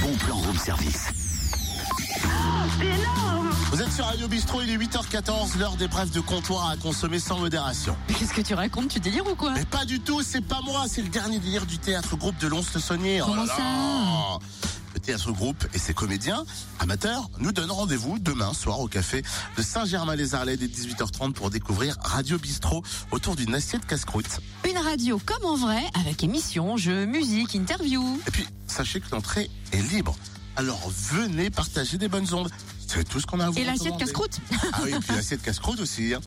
bon plan room service. Vous êtes sur Radio Bistrot, il est 8h14, l'heure des brèves de comptoir à consommer sans modération. Mais Qu'est-ce que tu racontes Tu délires ou quoi Mais pas du tout, c'est pas moi, c'est le dernier délire du théâtre groupe de Lons-le-Saunier. Comment ça Le théâtre groupe et ses comédiens amateurs nous donnent rendez-vous demain soir au café de Saint-Germain-les-Arlais dès 18h30 pour découvrir Radio Bistrot autour d'une assiette casse-croûte. Une radio comme en vrai, avec émission, jeux, musique, interview. Et puis, sachez que l'entrée est libre. Alors venez partager des bonnes ondes. C'est tout ce qu'on a à vous Et l'assiette recommander. casse-croûte Ah oui, et puis l'assiette casse-croûte aussi. hein.